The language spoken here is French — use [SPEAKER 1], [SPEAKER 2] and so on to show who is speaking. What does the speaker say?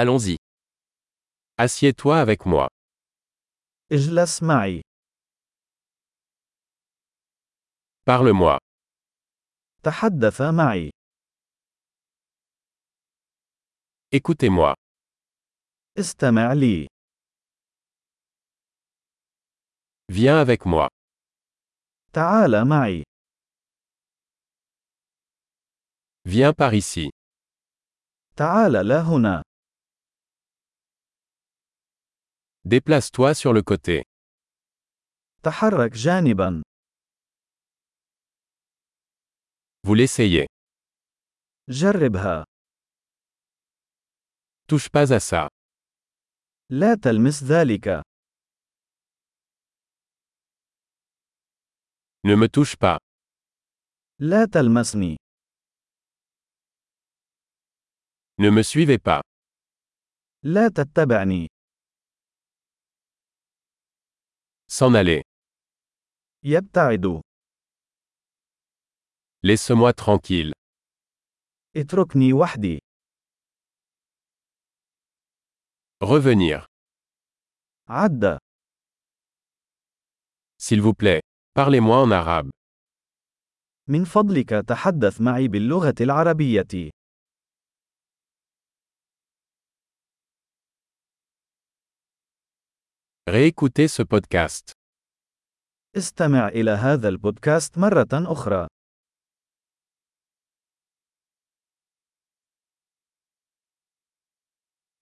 [SPEAKER 1] Allons-y. Assieds-toi avec moi.
[SPEAKER 2] اجلس معي.
[SPEAKER 1] Parle-moi.
[SPEAKER 2] تحدث معي.
[SPEAKER 1] Écoutez-moi.
[SPEAKER 2] استمع لي.
[SPEAKER 1] Viens avec moi.
[SPEAKER 2] تعال معي.
[SPEAKER 1] Viens par ici.
[SPEAKER 2] تعال لهنا.
[SPEAKER 1] Déplace-toi sur le côté.
[SPEAKER 2] تحرك جانبا.
[SPEAKER 1] Vous l'essayez.
[SPEAKER 2] جربها.
[SPEAKER 1] Touche pas à ça.
[SPEAKER 2] لا تلمس ذلك.
[SPEAKER 1] Ne me touche pas.
[SPEAKER 2] لا تلمسني.
[SPEAKER 1] Ne me suivez pas.
[SPEAKER 2] لا تتبعني.
[SPEAKER 1] S'en aller.
[SPEAKER 2] يبتعد.
[SPEAKER 1] Laisse-moi tranquille.
[SPEAKER 2] اتركني وحدي.
[SPEAKER 1] Revenir.
[SPEAKER 2] عد.
[SPEAKER 1] S'il vous plaît. Parlez-moi en arabe.
[SPEAKER 2] من فضلك تحدث معي باللغة العربية.
[SPEAKER 1] Réécoutez ce podcast.
[SPEAKER 2] استمع إلى هذا البودكاست مرة أخرى.